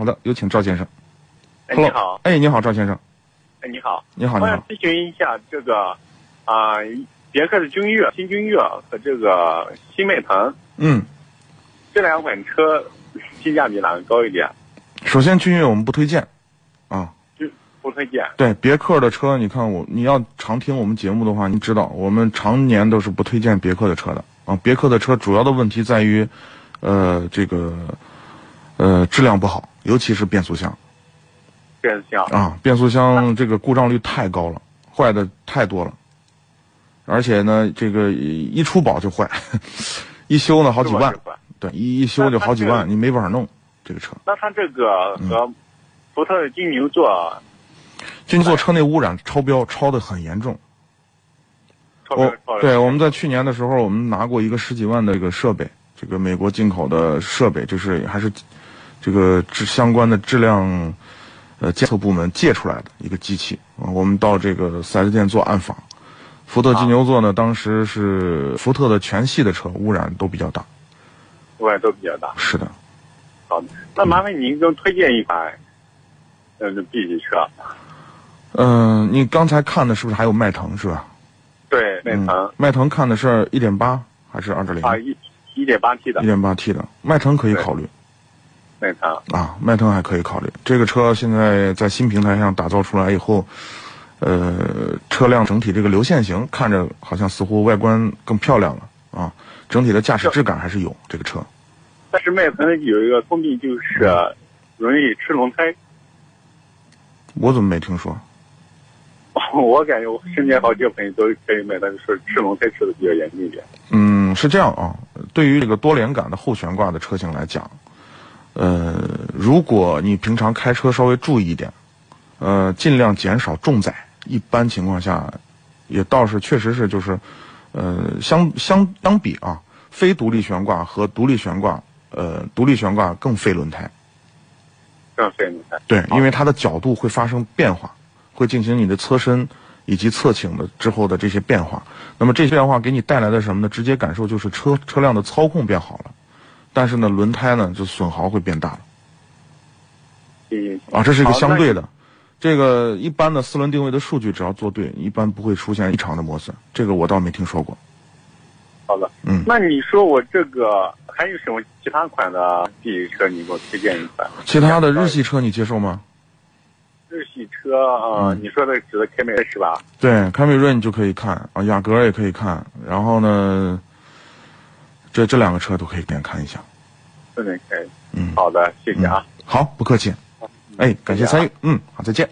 好的，有请赵先生。哎，你好，哎，你好，赵先生。哎，你好，你好，我啊你想好。咨询一下这个啊、别克的君越、新君越和这个新迈腾嗯，这两款车，性价比哪个高一点？首先君越我们不推荐，啊，就不推荐。对，别克的车，你看我，你要常听我们节目的话，你知道我们常年都是不推荐别克的车的啊。别克的车主要的问题在于，呃，这个，呃，质量不好，尤其是变速箱变速箱啊，变速箱这个故障率太高了，坏的太多了，而且呢，这个一出保就坏， 一修呢好几万这，款对，一一修就好几那它万，你没法弄这个车。那它这个嗯和福特的金牛座金座车内污染超标超的很严重。超我标超了哦对我们在去年的时候，我们拿过一个十几万的这个设备，这个美国进口的设备，就是还是这个质相关的质量呃监测部门借出来的一个机器啊、我们到这个 4S 店做暗访。福啊特金牛座呢，当时是福特的全系的车污染都比较大。污染都比较大。是的，好的，那麻烦您给我推荐一款嗯 B 级车，嗯、你刚才看的是不是还有迈腾是吧？对，迈腾、嗯，迈腾看的是1.8还是2.0？啊一一点八 T 的一点八 T 的迈腾可以对考虑迈腾，啊，迈腾还可以考虑。这个车现在在新平台上打造出来以后，呃，车辆整体这个流线型看着好像似乎外观更漂亮了啊，整体的驾驶质感还是有这个车。但是迈腾有一个通病就是容易吃轮胎。我怎么没听说？ 我感觉我身边好几个朋友都可以买，但是说吃龙胎吃的比较严重一点。嗯，是这样啊。对于这个多连杆的后悬挂的车型来讲，呃，如果你平常开车稍微注意一点，呃，尽量减少重载，一般情况下，也倒是确实是就是，呃，相相相比啊，非独立悬挂和独立悬挂，呃，独立悬挂更费轮胎。这样费轮胎，对，因为它的角度会发生变化，会进行你的侧身以及侧倾的之后的这些变化。那么这些变化给你带来的什么呢？直接感受就是车车辆的操控变好了，但是呢，轮胎呢就损耗会变大了嗯，啊，这是一个好相对的。这个一般的四轮定位的数据只要做对，一般不会出现异常的磨损。这个我倒没听说过。好的，嗯那你说我这个还有什么其他款的 B 级车，你给我推荐一款？其他的日系车你接受吗？日系车啊、呃嗯你说的指的凯美瑞是吧？对，凯美瑞你就可以看啊，雅阁也可以看，然后呢，这这两个车都可以点看一下。顺便开。嗯好的，谢谢啊。嗯好，不客气。哎，感谢参与，嗯，好，再见。